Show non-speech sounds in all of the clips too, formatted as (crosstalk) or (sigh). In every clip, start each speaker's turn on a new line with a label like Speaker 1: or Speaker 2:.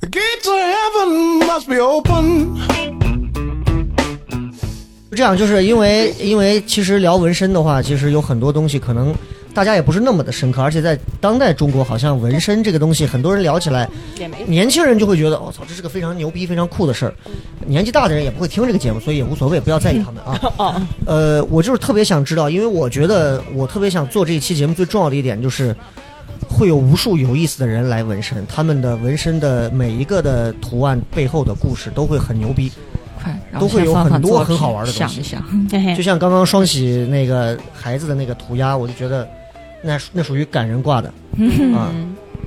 Speaker 1: The gates of heaven must be open.
Speaker 2: 这样就是因为，因为其实聊纹身的话，其实有很多东西可能大家也不是那么的深刻，而且在当代中国，好像纹身这个东西，很多人聊起来，年轻人就会觉得，我、哦操，这是个非常牛逼、非常酷的事儿。年纪大的人也不会听这个节目，所以也无所谓，不要在意他们啊。呃，我就是特别想知道，因为我觉得我特别想做这一期节目最重要的一点就是，会有无数有意思的人来纹身，他们的纹身的每一个的图案背后的故事都会很牛逼。
Speaker 3: 快，然
Speaker 2: 都
Speaker 3: 后
Speaker 2: 会
Speaker 3: 先
Speaker 2: 有
Speaker 3: 翻
Speaker 2: 很
Speaker 3: 翻
Speaker 2: 多
Speaker 3: 作
Speaker 2: 很
Speaker 3: 品
Speaker 2: 好玩的东
Speaker 3: 想
Speaker 2: 西
Speaker 3: 一
Speaker 4: (laughs)
Speaker 3: 想，
Speaker 2: 就像刚刚双喜那个孩子的那个涂鸦，我就觉得那属那属于感人挂的
Speaker 3: 嗯
Speaker 4: (laughs)
Speaker 2: 啊。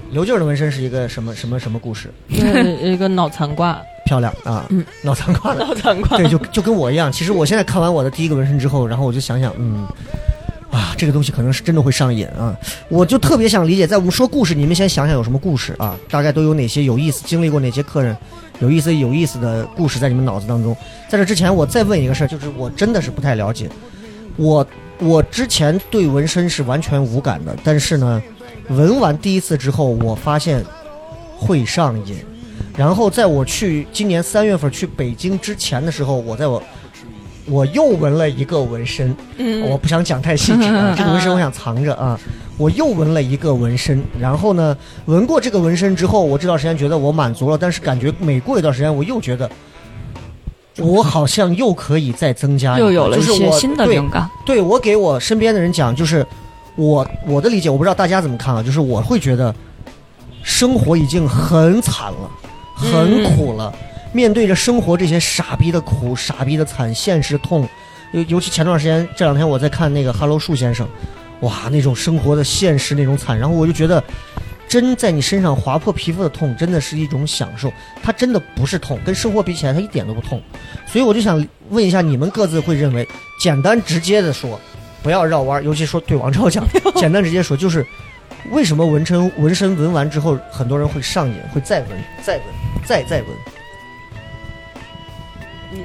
Speaker 2: 刘静儿的纹身是一个什么什么什么故事？
Speaker 4: 有一个脑残挂，
Speaker 2: 漂亮啊，脑残挂的，
Speaker 4: 脑残挂
Speaker 2: 对，就就跟我一样。其实我现在看完我的第一个纹身之后，然后我就想想，嗯，啊，这个东西可能是真的会上瘾啊。我就特别想理解，在我们说故事，你们先想想有什么故事啊？大概都有哪些有意思？经历过哪些客人？有意思有意思的故事在你们脑子当中。在这之前，我再问一个事儿，就是我真的是不太了解，我我之前对纹身是完全无感的，但是呢，纹完第一次之后，我发现会上瘾。然后在我去今年三月份去北京之前的时候，我在我我又纹了一个纹身，
Speaker 3: 嗯
Speaker 2: 我不想讲太细致
Speaker 3: (laughs)
Speaker 2: 啊，这个纹身我想藏着啊。我又纹了一个纹身，然后呢，纹过这个纹身之后，我这段时间觉得我满足了，但是感觉每过一段时间，我又觉得。我好像又可以再增加一个，
Speaker 3: (laughs) 又有了一
Speaker 2: 就是
Speaker 3: 些
Speaker 2: 我
Speaker 3: 新的
Speaker 2: 对
Speaker 3: 灵感。
Speaker 2: 对我给我身边的人讲，就是我我的理解，我不知道大家怎么看啊，就是我会觉得生活已经很惨了，很苦了，面对着生活这些傻逼的苦、傻逼的惨、现实痛，尤尤其前段时间这两天我在看那个《哈喽树先生》，哇，那种生活的现实那种惨，然后我就觉得。针在你身上划破皮肤的痛，真的是一种享受。它真的不是痛，跟生活比起来，它一点都不痛。所以我就想问一下，你们各自会认为，简单直接的说，不要绕弯儿，尤其说对王超
Speaker 3: (laughs)
Speaker 2: 讲，简单直接说，就是为什么纹身纹身纹完之后，很多人会上瘾，会再纹、再纹、再再纹。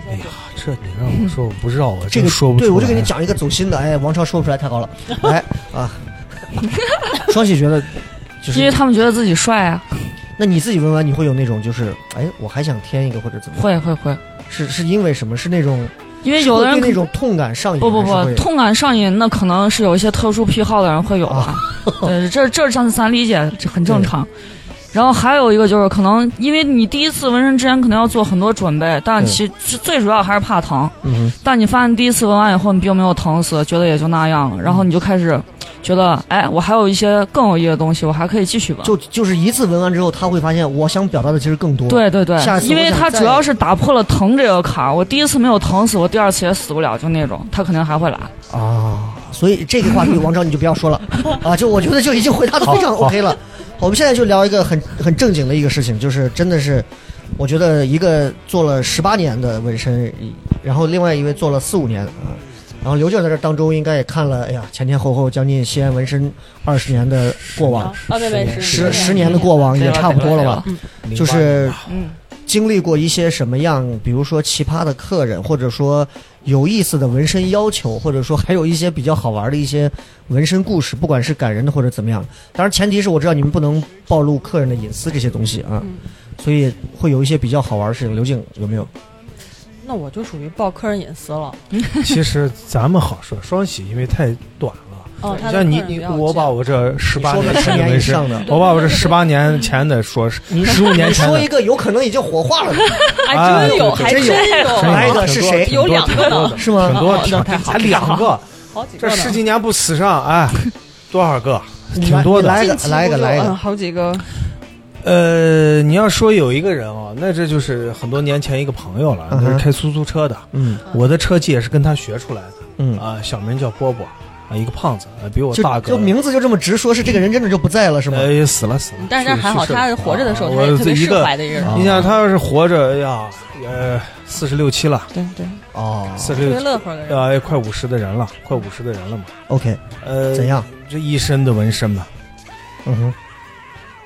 Speaker 5: 哎呀，这你让我说，我不知道，我
Speaker 2: 这
Speaker 5: 真
Speaker 2: 个
Speaker 5: 说不出
Speaker 2: 对
Speaker 5: 来。
Speaker 2: 我就给你讲一个走心的，哎，王超说不出来太
Speaker 3: (laughs)
Speaker 2: 高了，来啊，双喜觉得就
Speaker 3: 因为
Speaker 2: 是，
Speaker 3: 他们觉得自己帅啊，
Speaker 2: 那你自己纹完，你会有那种就是，哎，我还想添一个或者怎么样？
Speaker 3: 会会会，
Speaker 2: 是是因为什么？是那种
Speaker 3: 因为有的人
Speaker 2: 会对
Speaker 3: 可
Speaker 2: 那种痛感上瘾，
Speaker 3: 不不
Speaker 2: 还
Speaker 3: 不
Speaker 2: 是，会
Speaker 3: 痛感上瘾那可能是有一些特殊癖好的人会有吧，
Speaker 2: 啊
Speaker 3: (laughs) 对，这这咱咱理解，这很正常。然后还有一个就是，可能因为你第一次纹身之前可能要做很多准备，但
Speaker 2: 对
Speaker 3: 其实最主要还是怕疼。
Speaker 2: 嗯
Speaker 3: 但你发现第一次纹完以后，你并没有疼死，觉得也就那样了，然后你就开始觉得，哎，我还有一些更有意义的东西，我还可以继续纹
Speaker 2: 哼，。就就是一次纹完之后，他会发现我想表达的其实更多。
Speaker 3: 对对对
Speaker 2: 下，次我
Speaker 3: 因为
Speaker 2: 想
Speaker 3: 它
Speaker 2: 再
Speaker 3: 主要是打破了疼这个坎儿。我第一次没有疼死，我第二次也死不了，就那种，他肯定还会来。
Speaker 2: 啊，所以这个话题王超你就不要说 (laughs) 了啊，就我觉得就已经回答的非常 OK 了。好，我们现在就聊一个很很正经的一个事情，就是真的是，我觉得一个做了十八年的纹身，然后另外一位做了四五年啊，然后刘静在这当中应该也看了，哎呀，前前后后将近西安纹身二十年的过往，
Speaker 4: 啊，没没事，
Speaker 2: 十十年的过往也差不多了吧？就是
Speaker 3: 嗯
Speaker 2: 经历过一些什么样，比如说奇葩的客人，或者说有意思的纹身要求，或者说还有一些比较好玩的一些纹身故事，不管是感人的或者怎么样。当然，前提是我知道你们不能暴露客人的隐私这些东西啊，所以会有一些比较好玩的事情。刘静有没有？
Speaker 4: 那我就属于爆客人隐私了。
Speaker 5: 其实咱们好说，双喜因为太短了。
Speaker 4: 哦，他的
Speaker 5: 像你
Speaker 4: 客人比
Speaker 5: 你，
Speaker 4: 较
Speaker 5: 我把
Speaker 4: 贱
Speaker 5: 我这十八
Speaker 2: 说
Speaker 5: 年
Speaker 2: 个十
Speaker 5: 前的
Speaker 2: 年以
Speaker 5: 纹身，
Speaker 2: 上的，
Speaker 5: 我把我这十八年前的说，十五年
Speaker 2: 你
Speaker 5: 前
Speaker 2: 说
Speaker 5: 的
Speaker 2: 一个有可能已经火化了的，
Speaker 5: 啊
Speaker 4: (laughs) 还真有，
Speaker 5: 对
Speaker 4: 还
Speaker 2: 真有
Speaker 4: 真
Speaker 5: 真
Speaker 2: 来
Speaker 5: 有
Speaker 2: 一个是谁 (laughs)
Speaker 5: 挺
Speaker 4: 有
Speaker 5: 多
Speaker 4: 两个呢
Speaker 2: 是吗
Speaker 5: 挺多
Speaker 4: 哦
Speaker 5: 挺
Speaker 4: 那太
Speaker 5: 多，
Speaker 4: 好
Speaker 5: 才两个，
Speaker 4: 好几
Speaker 5: 这
Speaker 4: 个呢。
Speaker 5: 十几年不死上，哎，多少个？
Speaker 2: 你
Speaker 5: 挺多的
Speaker 2: 来你
Speaker 4: 近
Speaker 2: 来一个，
Speaker 4: 期
Speaker 2: 来一个，来
Speaker 4: 我有
Speaker 2: 一
Speaker 4: 嗯
Speaker 2: 个。
Speaker 4: 好几个。
Speaker 5: 呃，你要说有一个人啊，那这就是很多年前一个朋友了，
Speaker 2: 嗯哼
Speaker 5: 他是开出租车的，
Speaker 2: 嗯，
Speaker 5: 我的车技也是跟他学出来的。
Speaker 2: 嗯，
Speaker 5: 啊，小名叫波波，啊，一个胖子，啊比我
Speaker 2: 就
Speaker 5: 大个，
Speaker 2: 就名字就这么直说，是这个人真的就不在了是吗？
Speaker 5: 哎，死了死了。
Speaker 4: 但是但是嗯还好，
Speaker 5: 去世了
Speaker 4: 他活着的时候，
Speaker 5: 啊
Speaker 4: 他也
Speaker 5: 我
Speaker 4: 特别
Speaker 5: 一
Speaker 4: 释
Speaker 5: 个
Speaker 4: 怀的一个
Speaker 2: 啊
Speaker 4: 人。
Speaker 5: 你想，他要是活着，哎呀，呃，四十六七了，
Speaker 4: 对对，
Speaker 2: 哦
Speaker 5: 四
Speaker 4: 特
Speaker 5: 十
Speaker 4: 别
Speaker 5: 六，
Speaker 4: 乐呵的人。
Speaker 5: 呃，快五十的人了，快五十的人了嘛。
Speaker 2: ，OK，
Speaker 5: 呃，
Speaker 2: 怎？样？
Speaker 5: 这一身的纹
Speaker 2: (laughs)
Speaker 5: 身嘛，
Speaker 2: 嗯哼，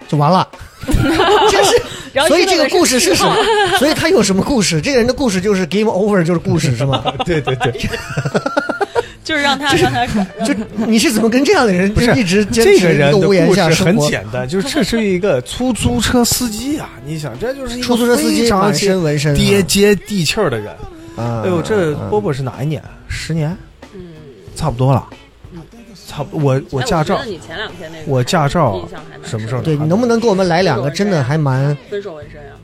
Speaker 2: 就完
Speaker 4: (laughs)
Speaker 2: 了。这是，
Speaker 4: 然后
Speaker 2: 所以
Speaker 4: 一
Speaker 2: 这个
Speaker 4: 问
Speaker 2: 故事是什么？所以他有什么故事？这个人的故事就是 game over，就是故事是吗？
Speaker 5: 对对对，
Speaker 4: 就是让他让他
Speaker 2: 就你是怎么跟这样的人
Speaker 5: 不
Speaker 2: 就是一直坚
Speaker 5: 这个
Speaker 2: 持
Speaker 5: 人
Speaker 2: 一
Speaker 5: 的
Speaker 2: 屋檐
Speaker 5: 故
Speaker 2: 下
Speaker 5: 事
Speaker 2: 生
Speaker 5: 很
Speaker 2: 活？
Speaker 5: 简单，就是这是一个出租车司机啊！你想，这就是一个
Speaker 2: 出租车司
Speaker 5: 非
Speaker 2: 机
Speaker 5: 常
Speaker 2: 满身纹身，
Speaker 5: 接接地气儿的人。
Speaker 2: 啊！
Speaker 5: 哎呦，这
Speaker 2: 啊
Speaker 5: 波波是哪一年？十年，
Speaker 4: 嗯
Speaker 5: 差不多了，差不我我驾照
Speaker 4: 哎觉得你前两天那
Speaker 5: 我驾照
Speaker 4: 印象还蛮深
Speaker 5: 什么时候？
Speaker 2: 对你能不能给我们来两个真的还蛮
Speaker 4: 分手纹身啊？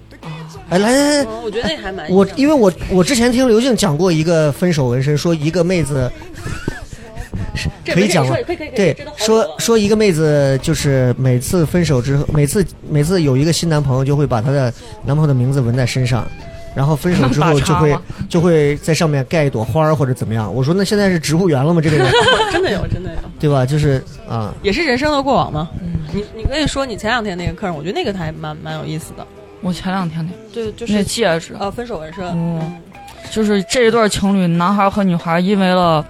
Speaker 2: 哎来来来，
Speaker 4: 嗯我觉得那还蛮
Speaker 2: 我因为我我之前听刘静讲过一个分手纹身，说一个妹子可以讲吗？对，说说一个妹子就是每次分手之后，每次每次有一个新男朋友就会把她的男朋友的名字纹在身上，然后分手之后
Speaker 3: 打
Speaker 2: 就
Speaker 3: 叉 (laughs)
Speaker 2: 会
Speaker 3: 吗
Speaker 2: 就会在上面盖一朵花儿或者怎么样。我说那现在是植物园了吗？这个
Speaker 3: (laughs)
Speaker 2: 人
Speaker 4: (laughs) 真的有真的有，嗯
Speaker 2: 对吧？就是啊，
Speaker 4: 也是人生的过往嘛。你你可以说你前两天那个客人，我觉得那个还蛮蛮有意思的。
Speaker 3: 我前两天那
Speaker 4: 对，就
Speaker 3: 那
Speaker 4: 是
Speaker 3: 戒指，
Speaker 4: 呃，分手纹身，
Speaker 2: 哦
Speaker 3: 嗯就是这一对情侣，男孩和女孩，因为了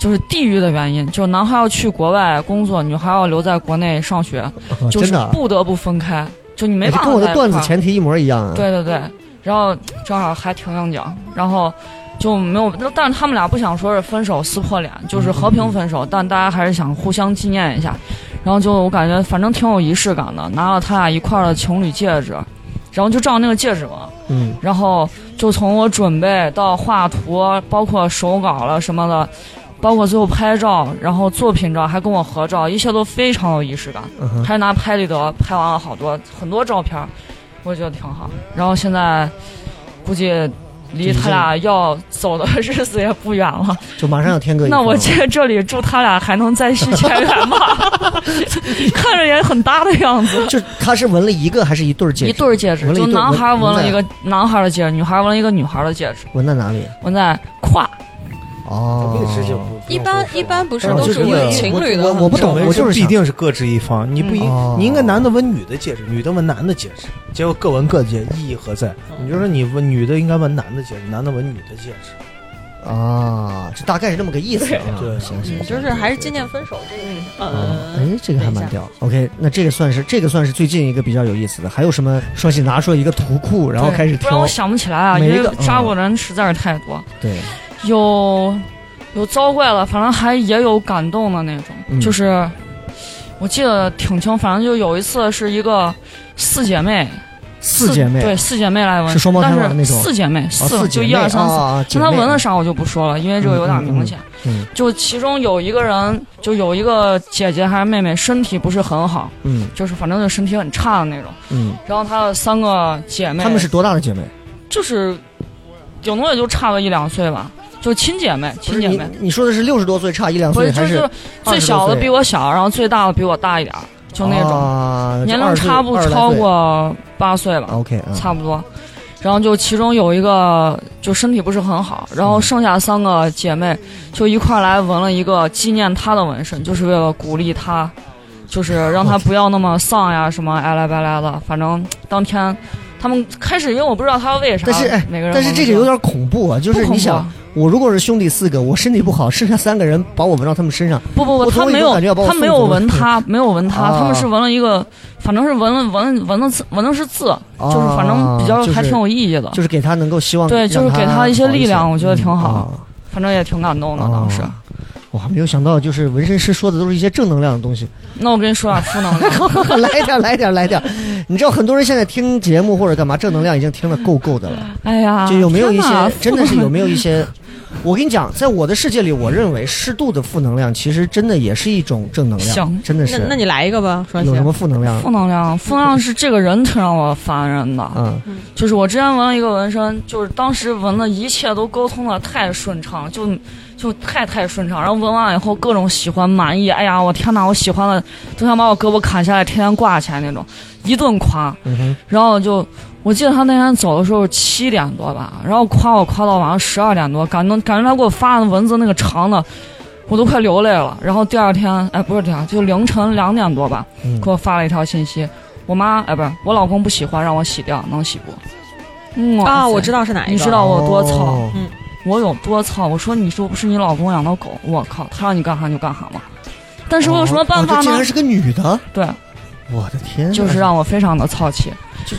Speaker 3: 就是地域的原因，就是男孩要去国外工作，女孩要留在国内上学，
Speaker 2: 啊
Speaker 3: 就
Speaker 2: 真
Speaker 3: 是
Speaker 2: 的啊，
Speaker 3: 不得不分开，就你没
Speaker 2: 哎
Speaker 3: 办法
Speaker 2: 跟我
Speaker 3: 在
Speaker 2: 的
Speaker 3: 一
Speaker 2: 段子
Speaker 3: 块儿
Speaker 2: 前提一模一样啊。
Speaker 3: 对对对，然后正好还挺应景，然后就没有，但是他们俩不想说是分手撕破脸，就是和平分手，但大家还是想互相纪念一下。然后就我感觉反正挺有仪式感的，拿了他俩一块儿的情侣戒指，然后就照那个戒指嘛，
Speaker 2: 嗯，
Speaker 3: 然后就从我准备到画图，包括手稿了什么的。包括最后拍照，然后作品照，还跟我合照，一切都非常有仪式感。
Speaker 2: 嗯哼，
Speaker 3: 还拿拍立得拍完了好多很多照片儿，我觉得挺好。然后现在估计离他俩要走的 (laughs) 日子也不远了，
Speaker 2: 就马上要天各一
Speaker 3: 那
Speaker 2: 方
Speaker 3: 我
Speaker 2: 了
Speaker 3: 在这里祝他俩还能再续前缘
Speaker 2: (laughs)
Speaker 3: 吧。看着也很搭的样子，
Speaker 2: (laughs) 就他是纹了一个还是一对儿戒指？
Speaker 3: 一对儿戒指，
Speaker 2: 纹了一
Speaker 3: 就
Speaker 2: 对
Speaker 3: 男孩
Speaker 2: 纹
Speaker 3: 纹了
Speaker 2: 在
Speaker 3: 一个男孩的戒指，女孩纹了一个女孩的戒指，
Speaker 2: 纹在哪里？
Speaker 3: 纹在胯。
Speaker 2: 哦，
Speaker 5: 我跟你直接不
Speaker 4: 一般一般不是
Speaker 2: 哦
Speaker 4: 都
Speaker 2: 就是是
Speaker 4: 为
Speaker 2: 我
Speaker 4: 情侣的
Speaker 2: 我
Speaker 4: 话，
Speaker 2: 我不懂
Speaker 5: 我
Speaker 2: 我就是想
Speaker 5: 必定是哦各执一方，你不应、
Speaker 2: 嗯
Speaker 5: 你应该男的纹女的戒指，女的纹男的戒指，结果各纹各的戒指，意义何在？
Speaker 4: 嗯
Speaker 5: 你就说你纹女的应该纹男的戒指，男的纹女的戒指，
Speaker 2: 啊，就大概是这么个意思啊。
Speaker 5: 对
Speaker 2: 行行
Speaker 4: 嗯，
Speaker 2: 行，
Speaker 4: 就是还是纪念分手这个事情。
Speaker 2: 啊，
Speaker 4: 嗯，
Speaker 2: 哎，这个还蛮屌。OK，那这个算是这个算是最近一个比较有意思的。还有什么？双喜拿出了一个图库，然后
Speaker 3: 对
Speaker 2: 开始
Speaker 3: 不然
Speaker 2: 挑嗯
Speaker 3: 我。想不起来啊，
Speaker 2: 每
Speaker 3: 因
Speaker 2: 一
Speaker 3: 为
Speaker 2: 个
Speaker 3: 扎过的人实在是太多。
Speaker 2: 对，哦
Speaker 3: 有有糟怪了，反正还也有感动的那种，
Speaker 2: 嗯
Speaker 3: 就是我记得挺清，反正就有一次是一个四姐妹，
Speaker 2: 四姐妹
Speaker 3: 对四姐妹来纹，
Speaker 2: 是双胞胎吗
Speaker 3: 但是
Speaker 2: 那种
Speaker 3: 四姐妹
Speaker 2: 啊，四
Speaker 3: 就
Speaker 2: 姐
Speaker 3: 一
Speaker 2: 妹
Speaker 3: 二三四。
Speaker 2: 啊，
Speaker 3: 像她纹了
Speaker 2: 啥？
Speaker 3: 啥我就不说了，因为这个有点明显。
Speaker 2: 嗯嗯嗯
Speaker 3: 就其中有一个人，就有一个姐姐还是妹妹，身体不是很好，
Speaker 2: 嗯
Speaker 3: 就是反正就身体很差的那种。
Speaker 2: 嗯，
Speaker 3: 然后她的三个姐妹，
Speaker 2: 她们是多大的姐妹？
Speaker 3: 就是顶多也就差个一两岁吧，就亲姐妹，
Speaker 2: 不
Speaker 3: 亲
Speaker 2: 是
Speaker 3: 姐
Speaker 2: 你
Speaker 3: 妹。
Speaker 2: 你说的是六十多岁差一两
Speaker 3: 不
Speaker 2: 岁，
Speaker 3: 是，
Speaker 2: 啊还
Speaker 3: 就是是最小的比我小，然后最大的比我大一点儿，
Speaker 2: 哦
Speaker 3: 就那种、
Speaker 2: 种
Speaker 3: 年龄差不超过八岁吧，
Speaker 2: OK 啊，
Speaker 3: 差不多。然后就其中有一个就身体不是很好，然
Speaker 2: 嗯
Speaker 3: 后剩下三个姐妹就一块儿来纹了一个纪念她的纹身，就是为了鼓励她，就是让她不要那么丧呀什么哎来吧来的。反正当天他们开始，因为我不知道她为啥，
Speaker 2: 但是哎
Speaker 3: 每个人
Speaker 2: 但是
Speaker 3: 纹
Speaker 2: 这个
Speaker 3: 身
Speaker 2: 有点恐怖啊，就
Speaker 3: 不
Speaker 2: 是
Speaker 3: 恐
Speaker 2: 你
Speaker 3: 怖
Speaker 2: 想
Speaker 3: 啊，
Speaker 2: 我如果是兄弟四个，我身体不好，剩下三个人把我纹到他们身上，
Speaker 3: 不不
Speaker 2: 我
Speaker 3: 不，
Speaker 2: 头
Speaker 3: 他
Speaker 2: 一
Speaker 3: 没
Speaker 2: 个
Speaker 3: 有
Speaker 2: 感觉要把我
Speaker 3: 他
Speaker 2: 送
Speaker 3: 没有
Speaker 2: 走
Speaker 3: 纹
Speaker 2: 了 (laughs)
Speaker 3: 他，没有纹他，
Speaker 2: 啊
Speaker 3: 他们是纹了一个，反正是纹了纹纹了字，纹的是字，就是反正比较
Speaker 2: 啊就是
Speaker 3: 还挺有意义的，
Speaker 2: 就是给他能够希望，
Speaker 3: 啊对就是给
Speaker 2: 他
Speaker 3: 他一些力量
Speaker 2: 好
Speaker 3: 我觉得
Speaker 2: 嗯
Speaker 3: 挺好
Speaker 2: 啊
Speaker 3: 反正也挺感动的当时。
Speaker 2: 啊我还没有想到，就是纹身师说的都是一些正能量的东西。 (laughs)
Speaker 3: 那我跟你说点负能量，
Speaker 2: 来点儿，来点儿，来点儿！ (laughs) 你知道，很多人现在听节目或者干嘛，正能量已经听得够够的了。
Speaker 3: 哎呀，
Speaker 2: 就有没有一
Speaker 3: 天哪
Speaker 2: 些， (laughs) 真的是有没有一
Speaker 3: (laughs)
Speaker 2: 些？我跟你讲，在我的世界里，我认为适度的负能量其实真的也是一种正能量，
Speaker 3: 行
Speaker 2: 真的是
Speaker 4: 那。那你来一个吧，双喜
Speaker 2: 有。什么负能量？
Speaker 3: 负能量？负能量是这个人挺让我烦人的，
Speaker 2: 嗯，
Speaker 3: 就是我之前纹了一个纹身，就是当时纹的一切都沟通的太顺畅，就就太太顺畅。然后纹完以后各种喜欢满意，哎呀，我天哪，我喜欢的，都想把我胳膊砍下来，天天挂起来那种，一顿夸。
Speaker 2: 嗯哼，
Speaker 3: 然后就我记得他那天走的时候七点多吧，然后夸我夸到晚上十二点多，感动感觉他给我发的文字那个长的，我都快流泪了。然后第二天，哎，不是第二天，就凌晨两点多吧，
Speaker 2: 嗯
Speaker 3: 给我发了一条信息，我妈哎不是我老公不喜欢，让我洗掉，能洗不？嗯
Speaker 4: 啊，我知，道是哪一个，
Speaker 3: 你知道我多操。
Speaker 2: 哦
Speaker 3: 我有多操！我说你说不是你老公养的狗，我靠，他让你干啥你就干啥嘛。但是我有什么办
Speaker 2: 哦
Speaker 3: 法
Speaker 2: 这竟
Speaker 3: 呢
Speaker 2: 然？是个女的，
Speaker 3: 对，
Speaker 2: 我的天哪！
Speaker 3: 就是让我非常的操气，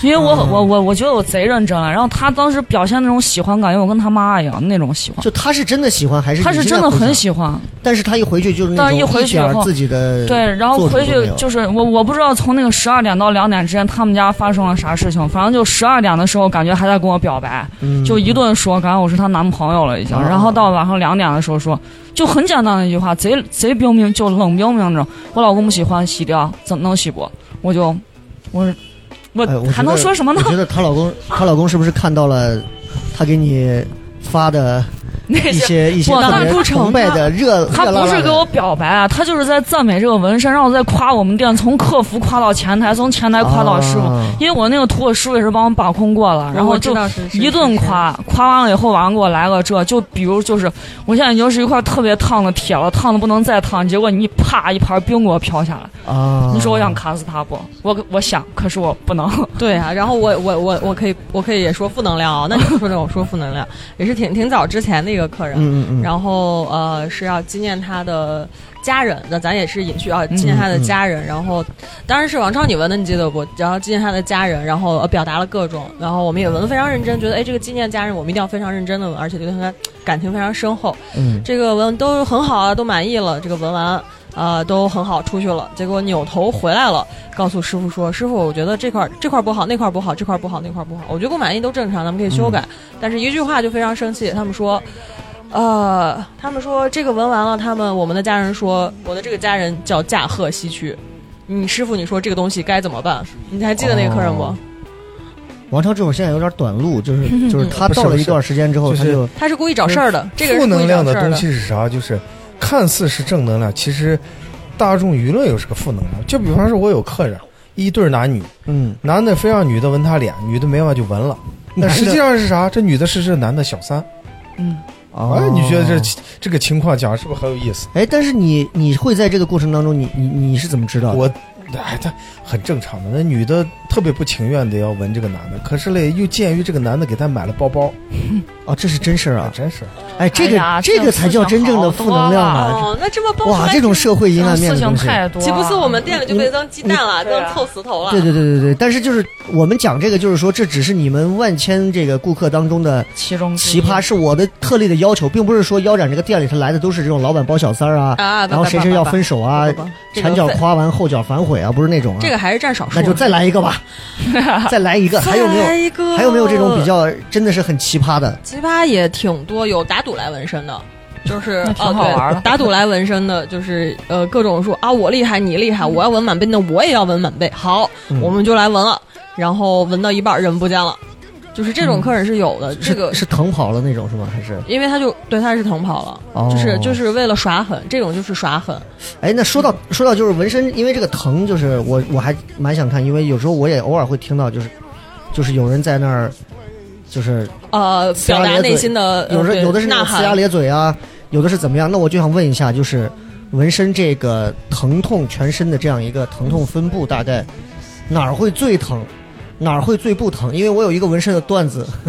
Speaker 3: 因为我
Speaker 2: 嗯
Speaker 3: 我我我觉得我贼认真了。啊然后他当时表现那种喜欢感，因为我跟他妈一样那种喜欢，
Speaker 2: 就她是真的喜欢，还是
Speaker 3: 他是真的很喜欢。
Speaker 2: 欢？但是她一回去就是那
Speaker 3: 但
Speaker 2: 种
Speaker 3: 是一回去以
Speaker 2: 点儿
Speaker 3: 后
Speaker 2: 自己的
Speaker 3: 对，然后
Speaker 2: 做主
Speaker 3: 回
Speaker 2: 都没
Speaker 3: 去
Speaker 2: 有
Speaker 3: 就是我我不知道从那个十二点到两点之间他们家发生了啥事情，反正就十二点的时候感觉还在跟我表白，
Speaker 2: 嗯
Speaker 3: 就一顿说，感觉我是她男朋友了已经。
Speaker 2: 啊
Speaker 3: 然后到晚上两点的时候说，就很简单的一句话，贼贼冰冰，就冷冰冰着。我老公不喜欢洗掉，怎么能洗不？我就，我我
Speaker 2: 哎我觉得
Speaker 3: 还能说什么呢
Speaker 2: 我？觉得她老公，她老公是不是看到了她给你发的
Speaker 3: 那
Speaker 2: 一
Speaker 3: 些。
Speaker 2: 些一些
Speaker 3: 我
Speaker 2: 特
Speaker 3: 当
Speaker 2: 别
Speaker 3: 初承
Speaker 2: 崇拜的热
Speaker 3: 他
Speaker 2: 热辣
Speaker 3: 不
Speaker 2: 辣
Speaker 3: 是
Speaker 2: 的
Speaker 3: 给我表白啊，他就是在赞美这个纹身，让我在夸我们店，从客服夸到前台，从前台夸到师傅，
Speaker 2: 啊
Speaker 3: 因为我那个图我师傅也是帮我把控过了，然后
Speaker 4: 哦我知
Speaker 3: 就
Speaker 4: 道是
Speaker 3: 一顿，夸，夸完了以后，晚上给我来个这，就比如就是，我现在已经是一块特别烫的铁了，烫的不能再烫，结果你一啪一盘冰给我飘下来，
Speaker 2: 啊！
Speaker 3: 你说我想卡死他不？我我想，可是我不能。
Speaker 4: 是是对啊。然后我我我我可以我可以也说负能量啊，那你不说这我说负能量，也是挺挺早之前的一个客人，啊
Speaker 2: 嗯嗯嗯，
Speaker 4: 然后呃是要纪念他的家人，那咱也是隐去啊，纪念他的家人。然后当然是王超你纹的，你记得不？然后纪念他的家人，然后、呃、表达了各种，然后我们也纹的非常认真，觉得哎这个纪念家人我们一定要非常认真的纹，而且对他感情非常深厚。
Speaker 2: 嗯
Speaker 4: 这个纹都很好啊，都满意了，这个纹完。呃，都很好，出去了。结果扭头回来了，告诉师傅说：“师傅，我觉得这块儿这块儿不好，那块儿不好，这块儿不好，那块儿不好。我觉得不满意都正常，咱们可以修改。但是一句话就非常生气，他们说，呃，他们说这个纹完了，他们我们的家人说，我的这个家人叫驾鹤西去。你师傅，你说这个东西该怎么办？你还记得那个客人不？
Speaker 2: 哦王超这会儿现在有点短路，
Speaker 3: (laughs)
Speaker 2: 就是就是她
Speaker 5: 不是
Speaker 2: 到了
Speaker 5: 不
Speaker 2: 一
Speaker 5: 是
Speaker 2: 段时间之后，
Speaker 5: 就
Speaker 2: 她
Speaker 5: 是
Speaker 2: 就
Speaker 4: 他是故意找事儿的，这个人
Speaker 5: 负
Speaker 4: 是故
Speaker 5: 能
Speaker 4: 意
Speaker 5: 量的
Speaker 4: 找事儿
Speaker 5: 东
Speaker 4: 的。
Speaker 5: 西是啥？就是看似是正能量，其实大众舆论又是个负能量。就比方说，我有客人，一对儿男女，
Speaker 2: 嗯，
Speaker 5: 男的非让女的闻他脸，女的没办法就
Speaker 2: (laughs)
Speaker 5: 闻了。但实际上是啥？这女的是这男的小三。
Speaker 3: 嗯，
Speaker 5: 哎，你觉得
Speaker 2: 哦
Speaker 5: 这这个情况讲是不是很有意思？
Speaker 2: 哎，但是你你会在这个过程当中，你你你是怎么知道的？
Speaker 5: 我，哎，他很正常的。那女的特别不情愿的要闻这个男的，可是嘞，又鉴于这个男的给她买了包包，
Speaker 2: 哦，这是真事儿啊！
Speaker 5: 真是
Speaker 2: 哎，这
Speaker 3: 哎
Speaker 2: 个、
Speaker 3: 呀
Speaker 2: 这个才叫真正的负能量啊！
Speaker 4: 哦，那这么蹦出
Speaker 2: 哇，
Speaker 4: 来
Speaker 2: 这种社会阴暗面的
Speaker 3: 事情
Speaker 2: 东西，
Speaker 3: 太多了，
Speaker 4: 岂不是我们店里就被扔鸡蛋了，
Speaker 3: 你对
Speaker 4: 扔
Speaker 3: 啊
Speaker 4: 臭石头了？
Speaker 2: 对对对对对。但是就是我们讲这个，就是说这只是你们万千这个顾客当中的
Speaker 3: 其
Speaker 4: 嗯
Speaker 3: 中之
Speaker 2: 奇
Speaker 3: 一
Speaker 2: 葩，是我的特例的要求，并不是说腰斩这个店里头来的都是这种老板包小三儿啊，
Speaker 4: 啊，
Speaker 2: 然后谁谁要分手啊，
Speaker 4: 不不不这个
Speaker 2: 前脚
Speaker 4: 分
Speaker 2: 夸完后脚反悔啊，不是那种啊。
Speaker 4: 这个还是占少数。
Speaker 2: 那就再来一个吧，再来
Speaker 4: (laughs)
Speaker 2: 一个，还有没
Speaker 4: 再来
Speaker 2: 有？
Speaker 4: 一个
Speaker 2: 还有没有这种比较真的是很奇葩的？
Speaker 4: 奇葩也挺多，有打赌来纹身的。就是
Speaker 3: 那挺好玩
Speaker 4: 哦，
Speaker 3: 的
Speaker 4: 对，打赌来纹身的，就是呃，各种说啊，我厉害，你厉害，我要纹满背，那我也要纹满背。好，
Speaker 2: 嗯
Speaker 4: 我们就来纹了，然后纹到一半人不见了，就是这种客人是有的。这个
Speaker 2: 嗯是是腾跑了那种是吗？还是
Speaker 4: 因为他就对他是腾跑了，
Speaker 2: 哦
Speaker 4: 就是就是为了耍狠，这种就是耍狠。
Speaker 2: 哎，那说到说到就是纹身，因为这个疼，就是我我还蛮想看，因为有时候我也偶尔会听到，就是就是有人在那儿，就是
Speaker 4: 呃，
Speaker 2: 呲牙
Speaker 4: 表达
Speaker 2: 咧嘴
Speaker 4: 内心的呃
Speaker 2: 有时
Speaker 4: 对
Speaker 2: 有的是那
Speaker 4: 呐
Speaker 2: 种呲
Speaker 4: 喊
Speaker 2: 牙咧嘴啊，有的是怎么样？那我就想问一下，就是纹身这个疼痛全身的这样一个疼痛分布，大概哪儿会最疼？哪儿会最不疼？因为我有一个纹身的段子， (laughs)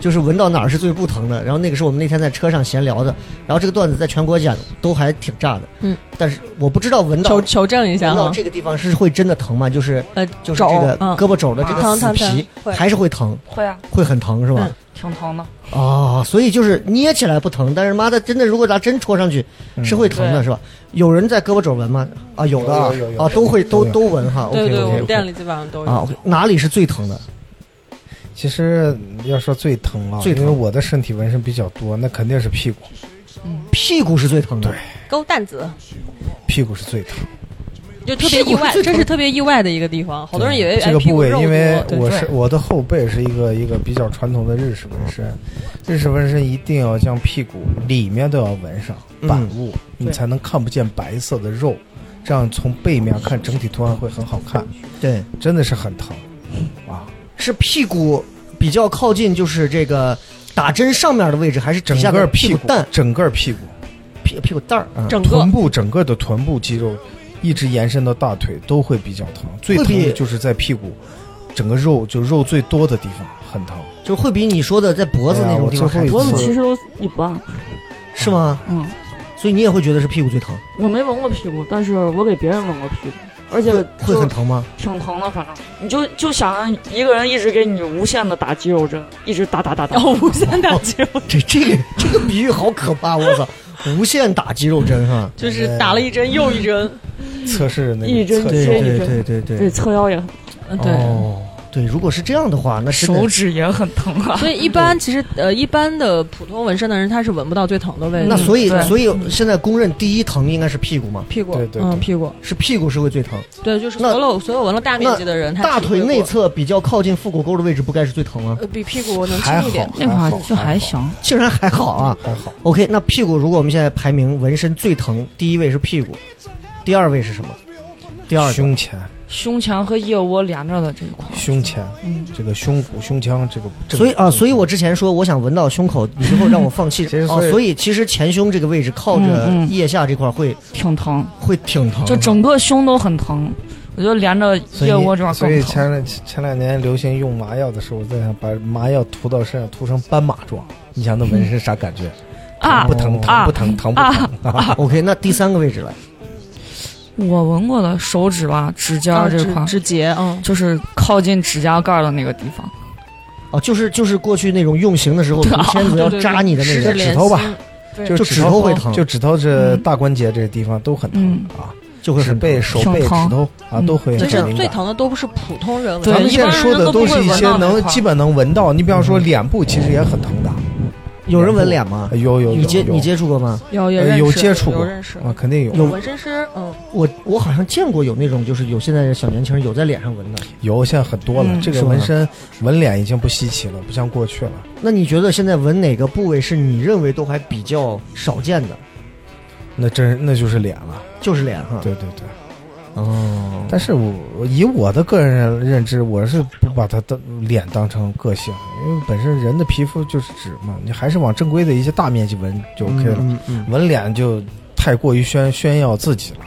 Speaker 2: 就是纹到哪儿是最不疼的。然后那个是我们那天在车上闲聊的，然后这个段子在全国讲都还挺炸的。
Speaker 4: 嗯，
Speaker 2: 但是我不知道纹到
Speaker 4: 求求证一下
Speaker 2: 闻到
Speaker 4: 哈，
Speaker 2: 这个地方是会真的疼吗？就是
Speaker 4: 呃，
Speaker 2: 就是
Speaker 4: 肘
Speaker 2: 这个
Speaker 4: 嗯
Speaker 2: 胳膊肘的这个
Speaker 4: 疼
Speaker 2: 死
Speaker 4: 疼
Speaker 2: 皮
Speaker 4: 疼会嗯
Speaker 2: 还是会疼，
Speaker 3: (laughs) 会啊，
Speaker 2: 会很疼是吧？
Speaker 3: 挺疼的。
Speaker 2: 哦，所以就是捏起来不疼，但是妈的，真的如果咱真戳上去
Speaker 5: 嗯
Speaker 2: 是会疼的，
Speaker 3: 对
Speaker 2: 是吧？有人在胳膊肘纹吗？啊，有的啊
Speaker 5: 有有有有
Speaker 2: 啊，都会都
Speaker 5: 有有
Speaker 2: 都纹哈。
Speaker 4: 对
Speaker 2: OK，
Speaker 4: 对，
Speaker 2: OK，
Speaker 4: 我们
Speaker 2: OK
Speaker 4: 店里基本上都有。
Speaker 2: 啊，OK，哪里是最疼的？
Speaker 5: 其实要说最疼啊，
Speaker 2: 最疼
Speaker 5: 因为我的身体纹身比较多，那肯定是屁股，
Speaker 2: 屁股是最疼的。
Speaker 5: 对
Speaker 4: 勾蛋子，
Speaker 5: 屁股是最疼。
Speaker 4: 就特别意外，这是特别意外的一个地方。好多人以为哎
Speaker 5: 这个部位，因为我
Speaker 4: 是
Speaker 5: 是我的后背是一个一个比较传统的日式纹身，日式纹身一定要将屁股里面都要纹上
Speaker 2: 嗯
Speaker 5: 板物，你
Speaker 4: 对
Speaker 5: 才能看不见白色的肉，这样从背面看整体图案会很好看，
Speaker 2: 对，
Speaker 5: 真的是很疼，啊，
Speaker 2: 是屁股比较靠近，就是这个打针上面的位置，还是底
Speaker 5: 整
Speaker 2: 下
Speaker 5: 个
Speaker 2: 的
Speaker 5: 屁嗯
Speaker 2: 股蛋
Speaker 5: 整个屁股，
Speaker 2: 屁屁股蛋儿啊？
Speaker 4: 整个
Speaker 5: 臀部整个的臀部肌肉，一直延伸到大腿都会比较疼，最
Speaker 2: 会
Speaker 5: 疼
Speaker 2: 比
Speaker 5: 的就是在屁股，整个肉就肉最多的地方很疼。
Speaker 2: 就会比你说的在脖子
Speaker 5: 哎呀
Speaker 2: 那种地方
Speaker 5: 我最后
Speaker 2: 还
Speaker 5: 一
Speaker 2: 疼
Speaker 5: 次
Speaker 3: 脖
Speaker 5: 脖
Speaker 3: 子
Speaker 5: 子
Speaker 3: 其
Speaker 5: 其
Speaker 3: 实都一般，
Speaker 2: 是吗？
Speaker 3: 嗯，
Speaker 2: 所以你也会觉得是屁股最疼，
Speaker 3: 我没闻过屁股，但是我给别人闻过屁股，而且
Speaker 2: 会
Speaker 3: 就
Speaker 2: 很疼吗？
Speaker 3: 挺疼的，反正你就就想让一个人一直给你无限的打肌肉针，一直打打哦打打
Speaker 4: 然，后无限大肌肉，
Speaker 2: 这这个这个比喻好可怕，我操！无限打肌肉针哈，
Speaker 4: 就是打了一针又一针。
Speaker 5: 测试那
Speaker 3: 一
Speaker 5: 个
Speaker 3: 针
Speaker 5: 测
Speaker 2: 对
Speaker 5: 试
Speaker 3: 接
Speaker 2: 对
Speaker 3: 这
Speaker 2: 对对
Speaker 3: 对
Speaker 2: 对，
Speaker 3: 侧腰也很，
Speaker 4: 嗯，对。
Speaker 2: 哦，对，如果是这样的话，那真的
Speaker 3: 手指也很疼啊。
Speaker 4: 所以一般其实呃，一般的普通纹身的人他是闻不到最疼的位置，
Speaker 2: 那所以
Speaker 3: 对
Speaker 2: 所以现在公认第一疼应该是屁股嘛，
Speaker 4: 屁股，
Speaker 5: 对对
Speaker 4: 嗯，
Speaker 5: 对
Speaker 4: 屁股，
Speaker 2: 是屁股是会最疼，
Speaker 4: 对，就是所
Speaker 2: 那
Speaker 4: 有所有纹了大面积的人，嗯他
Speaker 2: 大
Speaker 4: 只
Speaker 2: 腿
Speaker 4: 会
Speaker 2: 内
Speaker 4: 过
Speaker 2: 侧比较靠近腹股沟的位置不该是最疼吗？
Speaker 4: 呃比屁股能
Speaker 5: 还
Speaker 4: 轻一点
Speaker 5: 好，，
Speaker 3: 那会儿
Speaker 5: 好
Speaker 3: 哎就还，行，
Speaker 2: 竟然还好啊
Speaker 5: 还好。
Speaker 2: ！OK，那屁股如果我们现在排名纹身最疼，第一位是屁股，第二位是什么？第二个
Speaker 5: 胸前，
Speaker 3: 胸前和腋窝连着的这一块。
Speaker 5: 胸前，
Speaker 3: 嗯
Speaker 5: 这个胸骨、胸腔这个这个，
Speaker 2: 所以啊，所以我之前说我想闻到胸口，你最后让我放弃
Speaker 5: (laughs) 其实
Speaker 2: 哦，
Speaker 5: 所以
Speaker 2: 所以其实前胸这个位置靠着
Speaker 3: 嗯嗯
Speaker 2: 腋下这块会
Speaker 3: 挺疼，
Speaker 2: 会挺疼的，
Speaker 3: 哦就整个胸都很疼，我觉得连着
Speaker 5: 所
Speaker 3: 腋窝
Speaker 5: 以
Speaker 3: 这块
Speaker 5: 所以
Speaker 3: 啊更疼。
Speaker 5: 前两前两年流行用麻药的时候，我在想把麻药涂到身上涂成斑马状，你想那纹身啥感觉？疼
Speaker 3: 啊
Speaker 5: 不疼？疼
Speaker 3: 啊
Speaker 5: 不疼？疼不疼？
Speaker 2: 啊
Speaker 5: 啊
Speaker 2: OK，那第三个位置来，
Speaker 3: 我闻过的手指吧，指尖
Speaker 4: 啊
Speaker 3: 儿这块
Speaker 4: 指，指节，嗯，
Speaker 3: 就是靠近指甲盖儿的那个地方。
Speaker 2: 哦，就是就是过去那种用刑的时候，
Speaker 3: 对
Speaker 2: 竹
Speaker 3: 啊
Speaker 2: 签子要扎你的那
Speaker 4: 是
Speaker 2: 个，
Speaker 4: 连
Speaker 5: 指头吧
Speaker 4: 心，
Speaker 3: 对
Speaker 2: (laughs) 就
Speaker 5: 就
Speaker 2: 指
Speaker 5: 指
Speaker 2: 头
Speaker 5: 头
Speaker 2: 会疼，
Speaker 5: 就指头这
Speaker 3: 嗯
Speaker 5: 大关节这个地方都很疼
Speaker 3: 嗯
Speaker 5: 啊，
Speaker 2: 就会
Speaker 5: 指
Speaker 2: 很
Speaker 5: 背、
Speaker 2: 嗯疼。
Speaker 5: 手
Speaker 3: 挺
Speaker 5: 背、指
Speaker 3: 疼
Speaker 5: 头啊
Speaker 3: 嗯
Speaker 5: 都会
Speaker 4: 就
Speaker 5: 很
Speaker 4: 是
Speaker 5: 敏
Speaker 4: 最
Speaker 5: 感。
Speaker 4: 疼的都不是普通人
Speaker 3: 对
Speaker 4: 纹
Speaker 5: 咱
Speaker 4: 身，
Speaker 5: 们现在
Speaker 3: 一般人
Speaker 5: 说的
Speaker 3: 都不
Speaker 5: 是
Speaker 3: 会
Speaker 5: 一
Speaker 3: 闻
Speaker 5: 些
Speaker 3: 到那嗯
Speaker 5: 能
Speaker 3: 块儿
Speaker 5: 基本能闻到，你比方说脸部其实也很疼的，哎
Speaker 2: 有人纹脸吗？
Speaker 5: 有有有
Speaker 2: 你接
Speaker 5: 有
Speaker 2: 你接触过吗？
Speaker 4: 哦有
Speaker 5: 呃有接触过
Speaker 4: 认识
Speaker 5: 啊，肯定有
Speaker 4: 有纹身师，嗯，
Speaker 2: 我我好像见过有那种，就是有现在的小年轻人有在脸上纹的。
Speaker 5: 有，现在很多了。
Speaker 3: 嗯
Speaker 5: 这
Speaker 2: 是
Speaker 5: 个
Speaker 2: 吧
Speaker 5: 纹身纹脸已经不稀奇了，不像过去了。
Speaker 2: 那你觉得现在纹哪个部位是你认为都还比较少见的？
Speaker 5: 那真那就是脸了，
Speaker 2: 就是脸哈。
Speaker 5: 对对对。
Speaker 2: 哦，
Speaker 5: 但是我我以我的个人认知，我是不把它当脸当成个性，因为本身人的皮肤就是脂嘛，你还是往正规的一些大面积纹就 OK 了。
Speaker 2: 嗯嗯嗯
Speaker 5: 纹脸就太过于宣炫耀自己了。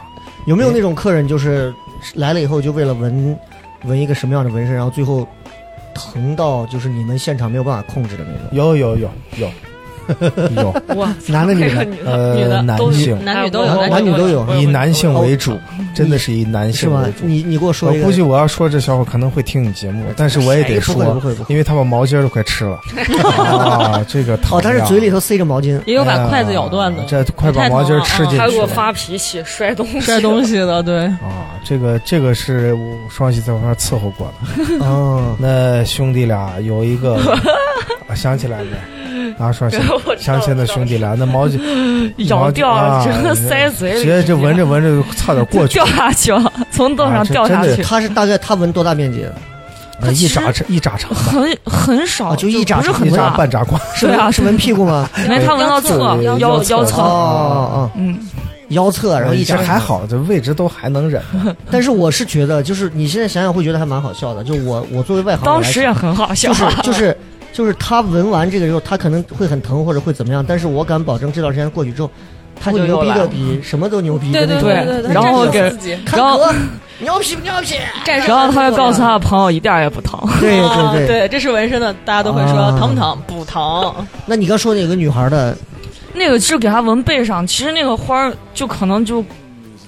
Speaker 2: 有没有那种客人就是来了以后就为了纹纹一个什么样的纹身，然后最后疼到就是你们现场没有办法控制的那种？
Speaker 5: 有有
Speaker 2: (laughs)
Speaker 5: 有有有，
Speaker 3: 哇，
Speaker 2: 男的女
Speaker 3: 这
Speaker 2: 的？
Speaker 3: 个女的，女
Speaker 5: 呃，
Speaker 3: 的
Speaker 5: 男
Speaker 3: 都是
Speaker 5: 性
Speaker 4: 男女都
Speaker 3: 哎
Speaker 4: 有，
Speaker 3: 我
Speaker 2: 男女都有
Speaker 3: 我
Speaker 5: 以男性
Speaker 2: 哦
Speaker 5: 为主，
Speaker 3: 嗯
Speaker 5: 真的是以
Speaker 2: (laughs)
Speaker 5: 男
Speaker 2: 是
Speaker 5: 性
Speaker 2: 吗
Speaker 5: 为？主。
Speaker 2: 你你给我说
Speaker 5: 我
Speaker 2: 一个，哎
Speaker 5: 估计我要说这小伙可能会听你节目，但是我也得
Speaker 2: 不会不
Speaker 5: 说，
Speaker 2: 会不会。
Speaker 5: (laughs) 因为他把毛巾都快
Speaker 2: (laughs)
Speaker 5: 吃了。啊，这个
Speaker 2: 哦，
Speaker 5: 疼
Speaker 2: 他是嘴里头塞着毛巾，
Speaker 4: (laughs) 也有把筷子咬断的
Speaker 5: 哎呀，这快把毛巾吃进
Speaker 4: 太
Speaker 3: 啊
Speaker 4: 嗯
Speaker 3: 还
Speaker 5: 去
Speaker 3: 给我
Speaker 5: 了。
Speaker 3: 发脾气，摔东西，
Speaker 4: 摔东西的，对，
Speaker 5: 啊，这个这个是我双喜在旁边伺候过
Speaker 2: (laughs)
Speaker 5: 的。
Speaker 2: 哦，
Speaker 5: 那兄弟俩有一
Speaker 2: (laughs)
Speaker 5: 个，啊想起来没？啊，双喜，
Speaker 3: (laughs) 我知道
Speaker 5: 想起那兄弟俩，那毛巾
Speaker 3: 咬掉了，
Speaker 5: 啊
Speaker 3: 整个塞嘴里，
Speaker 5: 直接就闻着闻着就差点过去
Speaker 3: (laughs) 掉，下去
Speaker 5: (laughs)
Speaker 3: 了，从凳上
Speaker 5: 啊这
Speaker 3: 掉下
Speaker 5: 真的
Speaker 3: 去，
Speaker 2: 他是大概他纹多大面积？
Speaker 5: 啊一扎长一扎长
Speaker 2: (laughs)
Speaker 5: 的，
Speaker 3: 很很少，
Speaker 2: 啊就一扎
Speaker 3: 不是
Speaker 5: 一
Speaker 3: 很
Speaker 5: 扎
Speaker 3: 大，
Speaker 5: 半扎光。
Speaker 2: 是纹
Speaker 3: 对啊
Speaker 2: 是纹屁股吗？
Speaker 3: 没他闻到侧
Speaker 5: 腰
Speaker 3: 腰
Speaker 5: 侧
Speaker 2: 哦
Speaker 3: 侧，
Speaker 2: 哦，哦
Speaker 3: 嗯，
Speaker 2: 腰侧，然后一
Speaker 5: 这
Speaker 2: 扎
Speaker 5: 还。好，这位置都还能忍。
Speaker 2: 但是我是觉得，就是你现在想想会觉得还蛮好笑的。就我我作为外行，
Speaker 3: 当时也
Speaker 2: 我来
Speaker 3: 很好笑
Speaker 2: 讲，
Speaker 3: (laughs)
Speaker 2: 就是就是就是他纹完这个之后，他可能会很疼或者会怎么样，但是我敢保证这段时间过去之后，他
Speaker 3: 就
Speaker 2: 就牛
Speaker 3: 又
Speaker 2: 逼
Speaker 3: 来
Speaker 2: 的
Speaker 3: 了
Speaker 2: 比什么都牛逼的
Speaker 4: 对
Speaker 2: 那
Speaker 4: 对
Speaker 2: 种。
Speaker 4: 对对，
Speaker 3: 然后给
Speaker 2: 看
Speaker 3: 然后
Speaker 2: 哥牛皮不牛皮？
Speaker 4: 战士，
Speaker 3: 然后他就告诉他的朋友一点儿也不疼，
Speaker 2: (laughs) 对
Speaker 4: 啊
Speaker 2: 对对。
Speaker 4: (laughs) 对，这是纹身的，大家都会说
Speaker 2: 啊
Speaker 4: 疼不疼？不疼，
Speaker 2: 那你刚说那有个女孩的，
Speaker 3: 那个是给他纹背上，其实那个花儿就可能就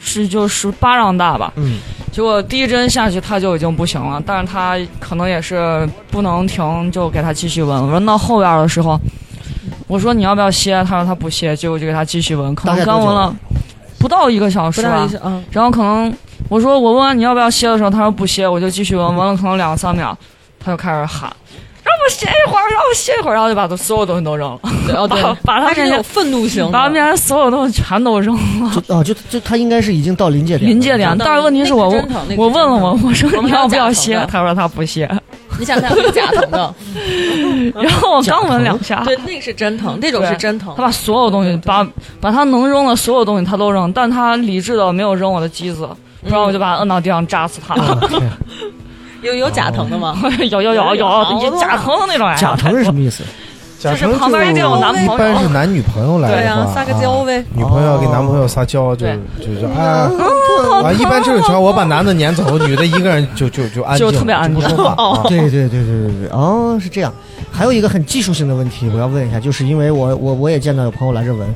Speaker 3: 是就是巴掌大吧，
Speaker 2: 嗯，
Speaker 3: 结果第一针下去他就已经不行了，但是他可能也是不能停，就给他继续纹，纹到后边儿的时候，我说你要不要歇？啊他说他不歇，结果就给他继续纹，可
Speaker 2: 大
Speaker 3: 能
Speaker 2: 概多
Speaker 3: 刚纹
Speaker 2: 久
Speaker 3: 了不到一个小
Speaker 4: 不
Speaker 3: 时
Speaker 4: 大
Speaker 3: 吧
Speaker 4: 意，思啊。
Speaker 3: 然后可能我说我问完你要不要歇的时候，他说不歇，我就继续闻，闻了可能两三秒，他就开始喊。让我歇一会儿，让我歇一会儿，然后就把所有东西都扔了，
Speaker 4: 对哦，对
Speaker 3: 把，把他
Speaker 4: 他是
Speaker 3: 面
Speaker 4: 有
Speaker 3: 前
Speaker 4: 愤怒型的，
Speaker 3: 把面前所有东西全都扔了。
Speaker 2: 就哦就就她应该是已经到临界点了，
Speaker 3: 临界点，
Speaker 4: 疼
Speaker 3: 但是问题是我
Speaker 4: 那个
Speaker 3: 我
Speaker 4: 真疼那个
Speaker 3: 我问了我
Speaker 4: 真
Speaker 3: 我说
Speaker 4: 我
Speaker 3: 你
Speaker 4: 们
Speaker 3: 要不
Speaker 4: 俩
Speaker 3: 要
Speaker 4: 假
Speaker 3: 歇
Speaker 4: 疼的？
Speaker 3: 他说他不歇，
Speaker 4: 你想想，假疼的，
Speaker 3: (laughs) 然后我刚闻两下，
Speaker 4: 嗯对，那个是真疼，那种
Speaker 3: 对
Speaker 4: 是真疼
Speaker 3: 他。把所有东西把把他能扔的所有东西他都扔，
Speaker 2: 啊
Speaker 4: 嗯 (laughs) 哎
Speaker 3: 但他理智的没有扔我的机子，不然我就把他摁到地上扎死他了。
Speaker 4: 有有假疼
Speaker 3: (laughs)
Speaker 4: 的吗？
Speaker 3: 有有
Speaker 4: (laughs)
Speaker 3: 有有，
Speaker 4: 有
Speaker 3: 有假疼的那种哎。
Speaker 2: 假疼是什么意思？
Speaker 5: 假
Speaker 3: 就是
Speaker 5: 成
Speaker 3: 旁边一定有男朋友
Speaker 5: 一般是男女朋友来
Speaker 4: 对
Speaker 5: 的
Speaker 4: 呀
Speaker 5: 话，
Speaker 4: 撒个娇呗
Speaker 5: 啊女朋友给
Speaker 2: 哦
Speaker 5: 男朋友撒娇，就就是
Speaker 3: 嗯
Speaker 5: 啊啊，一般这种情况，我把男的撵走，女的一个人就就就安静，
Speaker 3: 就特别安静哦
Speaker 5: 就不说话。啊
Speaker 2: 对对对对对对，哦，是这样。还有一个很技术性的问题，我要问一下，就是因为我我我也见到有朋友来这闻，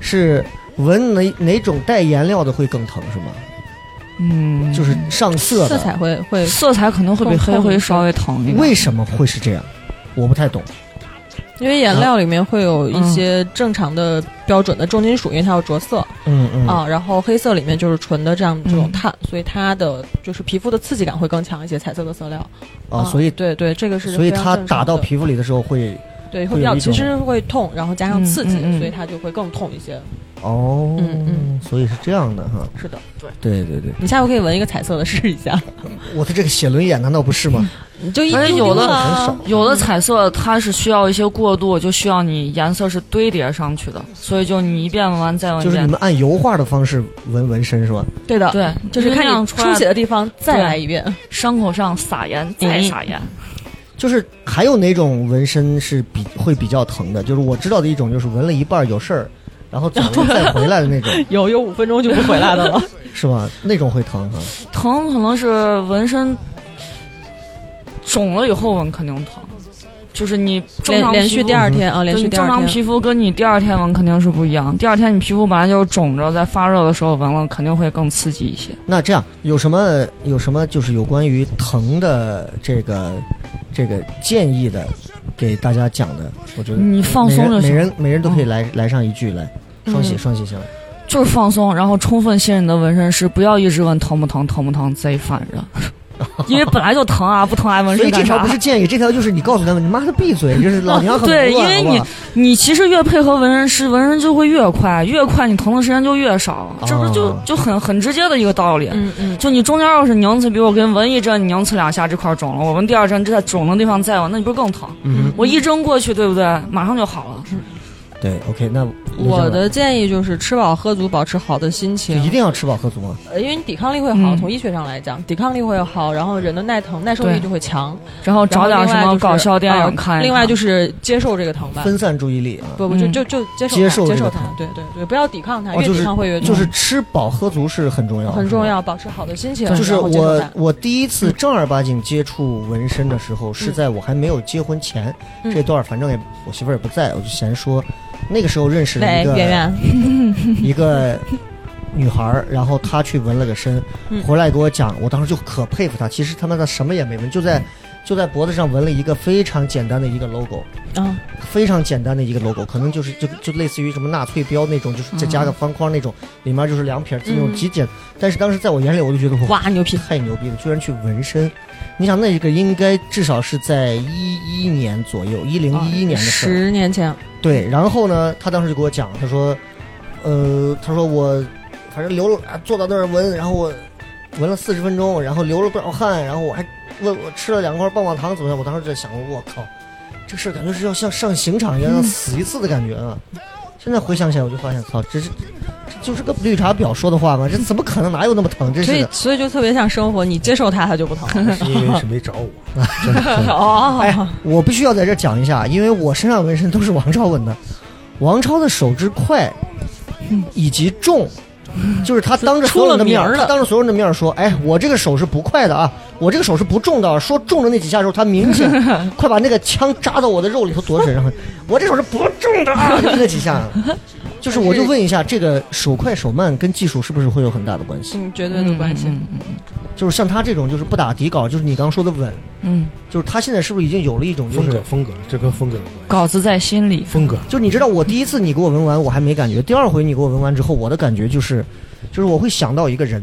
Speaker 2: 是闻哪哪种带颜料的会更疼是吗？
Speaker 3: 嗯，
Speaker 2: 就是上色
Speaker 4: 色
Speaker 2: 的，
Speaker 4: 彩会会
Speaker 3: 色彩可能会比黑会稍微疼一点。
Speaker 2: 为什么会是这样？我不太懂。
Speaker 4: 因为
Speaker 2: 啊
Speaker 4: 颜料里面会有一些正常的标准的重金属，因为它要着色
Speaker 2: 嗯嗯
Speaker 4: 啊。然后黑色里面就是纯的这样这种
Speaker 3: 嗯
Speaker 4: 碳，所以它的就是皮肤的刺激感会更强一些。彩色的色料
Speaker 2: 啊，所以
Speaker 4: 对对，这个哦是
Speaker 2: 所以
Speaker 4: 非常
Speaker 2: 它
Speaker 4: 正常
Speaker 2: 打到
Speaker 4: 的
Speaker 2: 皮肤里的时候会
Speaker 4: 对
Speaker 2: 会
Speaker 4: 会比较
Speaker 2: 有一种
Speaker 4: 其实会痛，然后加上刺激，
Speaker 3: 嗯嗯嗯
Speaker 4: 所以它就会更痛一些。
Speaker 2: 哦，
Speaker 4: 嗯嗯
Speaker 2: 所以是这样的哈。
Speaker 4: 是的，对
Speaker 2: 对对对，
Speaker 4: 你下回可以纹一个彩色的试一下，
Speaker 2: 我的这个写轮眼难道不是吗？
Speaker 4: 你就一
Speaker 3: 而且有的
Speaker 4: 很少。
Speaker 3: 有的彩色它是需要一些过渡，就需要你颜色是堆叠上去的，所以就你一遍纹完再纹
Speaker 2: 就
Speaker 3: 一
Speaker 2: 是
Speaker 3: 遍
Speaker 2: 你。们按油画的方式纹纹身是吧？
Speaker 4: 对的，
Speaker 3: 对，
Speaker 4: 就是看
Speaker 3: 样
Speaker 4: 你
Speaker 3: 出来
Speaker 4: 出血的地方再来一遍。
Speaker 3: 伤口上撒盐，
Speaker 4: 嗯
Speaker 3: 再撒盐。
Speaker 2: 就是还有哪种纹身是比会比较疼的？就是我知道的一种，就是纹了一半儿有事儿，然后走了再回来的那种，
Speaker 4: (laughs) 有有五分钟就不回来的了。
Speaker 2: 是吧？那种会疼哈、啊
Speaker 3: 疼可能是纹身肿了以后纹肯定疼，就是你 (laughs) 正
Speaker 4: 连
Speaker 3: 常
Speaker 4: 连
Speaker 3: 皮
Speaker 4: 续
Speaker 3: 肤
Speaker 4: 第二天啊，连
Speaker 3: 对
Speaker 4: 续
Speaker 3: 你
Speaker 4: 第
Speaker 3: 正
Speaker 4: 二
Speaker 3: 常
Speaker 4: 天。
Speaker 3: 皮肤跟你第二天纹肯定是不一样，第二天你皮肤本来就是肿着，在发热的时候纹了肯定会更刺激一些。
Speaker 2: 那这样有什么有什么就是有关于疼的这个这个建议的，给大家讲的，我觉得
Speaker 3: 你嗯放
Speaker 2: 每
Speaker 3: 松就
Speaker 2: 人每
Speaker 3: 行，
Speaker 2: 人每人都
Speaker 3: 嗯
Speaker 2: 可以来、来上一句来，双喜双喜行。
Speaker 3: 就是放松，然后充分信任你的纹身师，不要一直问疼不疼，疼不疼，贼烦
Speaker 2: (laughs)
Speaker 3: 人。因为本来就疼啊，不疼还
Speaker 2: 所
Speaker 3: 纹身
Speaker 2: 以这
Speaker 3: 干
Speaker 2: 条
Speaker 3: 啥
Speaker 2: 不？是建议，这条就是你告诉他们，你妈的闭嘴，就是
Speaker 3: (laughs)
Speaker 2: 老娘很
Speaker 3: 对
Speaker 2: 无奈
Speaker 3: 因为
Speaker 2: 好不好
Speaker 3: 你其实越配合纹身师，纹身就会越快，越快你疼的时间就越少，这不是就
Speaker 2: 哦
Speaker 3: 就很很直接的一个道理。
Speaker 4: 嗯嗯，
Speaker 3: 就你中间要是拧刺，比如我跟纹一针，你拧刺两下，这块儿肿了，我纹第二针，这在肿的地方再纹，那你不是更疼？
Speaker 2: 嗯
Speaker 3: 我一针过去，对不对？马上就好了。
Speaker 2: 哼，对，OK，那
Speaker 4: 我的建议就是吃饱喝足，保持好的心
Speaker 2: 就一
Speaker 4: 情，
Speaker 2: 定要吃饱喝足啊。
Speaker 4: 呃因为你抵抗力会好。
Speaker 3: 嗯
Speaker 4: 从医学上来讲，抵抗力会好，然后人的耐疼、耐受力
Speaker 3: 对
Speaker 4: 就会强。
Speaker 3: 然后找
Speaker 4: 然
Speaker 3: 点
Speaker 4: 后另
Speaker 3: 什
Speaker 4: 外
Speaker 3: 么
Speaker 4: 就是
Speaker 3: 搞笑电
Speaker 4: 呃
Speaker 3: 影看一看。
Speaker 4: 另外就是接受这个疼吧，
Speaker 2: 分散注意力啊。
Speaker 4: 不不就
Speaker 3: 嗯
Speaker 4: 就就接受
Speaker 2: 接
Speaker 4: 接
Speaker 2: 受
Speaker 4: 接
Speaker 2: 这个
Speaker 4: 受
Speaker 2: 疼
Speaker 4: 它，对对对，不要抵抗它，
Speaker 2: 哦
Speaker 4: 越
Speaker 2: 就是
Speaker 4: 抵抗会越
Speaker 2: 就是
Speaker 4: 痛
Speaker 2: 吃饱喝足是很重要，
Speaker 4: 很重
Speaker 2: 是吧。
Speaker 4: 要，保持好的心情。
Speaker 2: 就是
Speaker 4: 然后接受
Speaker 2: 我
Speaker 4: 它，
Speaker 2: 我第一
Speaker 4: 嗯
Speaker 2: 次正儿八经接触纹身的时候，是在我还没有结婚前。
Speaker 4: 嗯
Speaker 2: 这段儿反正也我媳妇儿也不在，我就闲说。那个时候认识了
Speaker 4: 来
Speaker 2: 一个
Speaker 4: 圆圆，
Speaker 2: 一个女孩儿，然后她去纹了个身，
Speaker 4: 嗯
Speaker 2: 回来给我讲，我当时就可佩服她。其实他妈的什么也没纹，就在就在脖子上纹了一个非常简单的一个 logo，
Speaker 4: 啊，
Speaker 2: 非常简单的一个 logo，可能就是就就类似于什么纳粹标那种，就是再加个方框那种，里面就是两撇字那种
Speaker 4: 嗯
Speaker 2: 极简。但是当时在我眼里，我就觉得哇，
Speaker 4: 哇，牛皮！
Speaker 2: 太牛逼了，居然去纹身。你想那个应该至少是在一一年左右，一
Speaker 4: 啊
Speaker 2: 零一一年的事儿。
Speaker 4: 十年前，
Speaker 2: 对，然后呢，他当时就给我讲，他说，呃，他说我反正流了，啊坐到那儿闻，然后我闻了四十分钟，然后流了不少汗，然后我还问我吃了两块棒棒糖怎么样？我当时就在想，我靠，这事儿感觉是要像上刑场一样，要死一次的感觉啊！现在回想起来，我就发现，操，这是这就是个绿茶婊说的话吗？这怎么可能？哪有那么疼？真
Speaker 4: 所
Speaker 2: 是
Speaker 4: 以
Speaker 2: 的。
Speaker 4: 所以就特别像生活，你接受它，它就不疼。
Speaker 5: (laughs) 是因为是
Speaker 2: (laughs)
Speaker 5: 没找我，真的真的
Speaker 4: (laughs) 哦，
Speaker 2: 哎我必须要在这儿讲一下，因为我身上纹身都是王超纹的。王超的手之快以及重，就是他当着所有人的面
Speaker 4: 嗯出
Speaker 2: 儿，
Speaker 4: 了名儿了
Speaker 2: 他当着所有人的面儿说：“哎，我这个手是不快的啊，我这个手是不重的啊。”说重的那几下的时候，他明
Speaker 4: (laughs)
Speaker 2: 显快把那个枪扎到我的肉里头多深，然后我这手是不重的
Speaker 4: (laughs)
Speaker 2: 啊，就那几下。就是我就问一下，这个手快手慢跟技术是不是会有很大的关系？
Speaker 4: 嗯，绝对
Speaker 3: 嗯
Speaker 4: 的关系。
Speaker 3: 嗯嗯
Speaker 2: 就是像他这种就是不打底稿，就是你刚说的稳，
Speaker 3: 嗯，
Speaker 2: 就是他现在是不是已经有了一种就
Speaker 5: 风
Speaker 2: 是
Speaker 5: 格风格，这跟风格有关系。
Speaker 3: 稿子在心里。
Speaker 5: 风
Speaker 2: (laughs)
Speaker 5: 格
Speaker 2: 就你知道，我第一次你给我纹完，我还没感觉；第二回你给我纹完之后，我的感觉就是，就是我会想到一个人。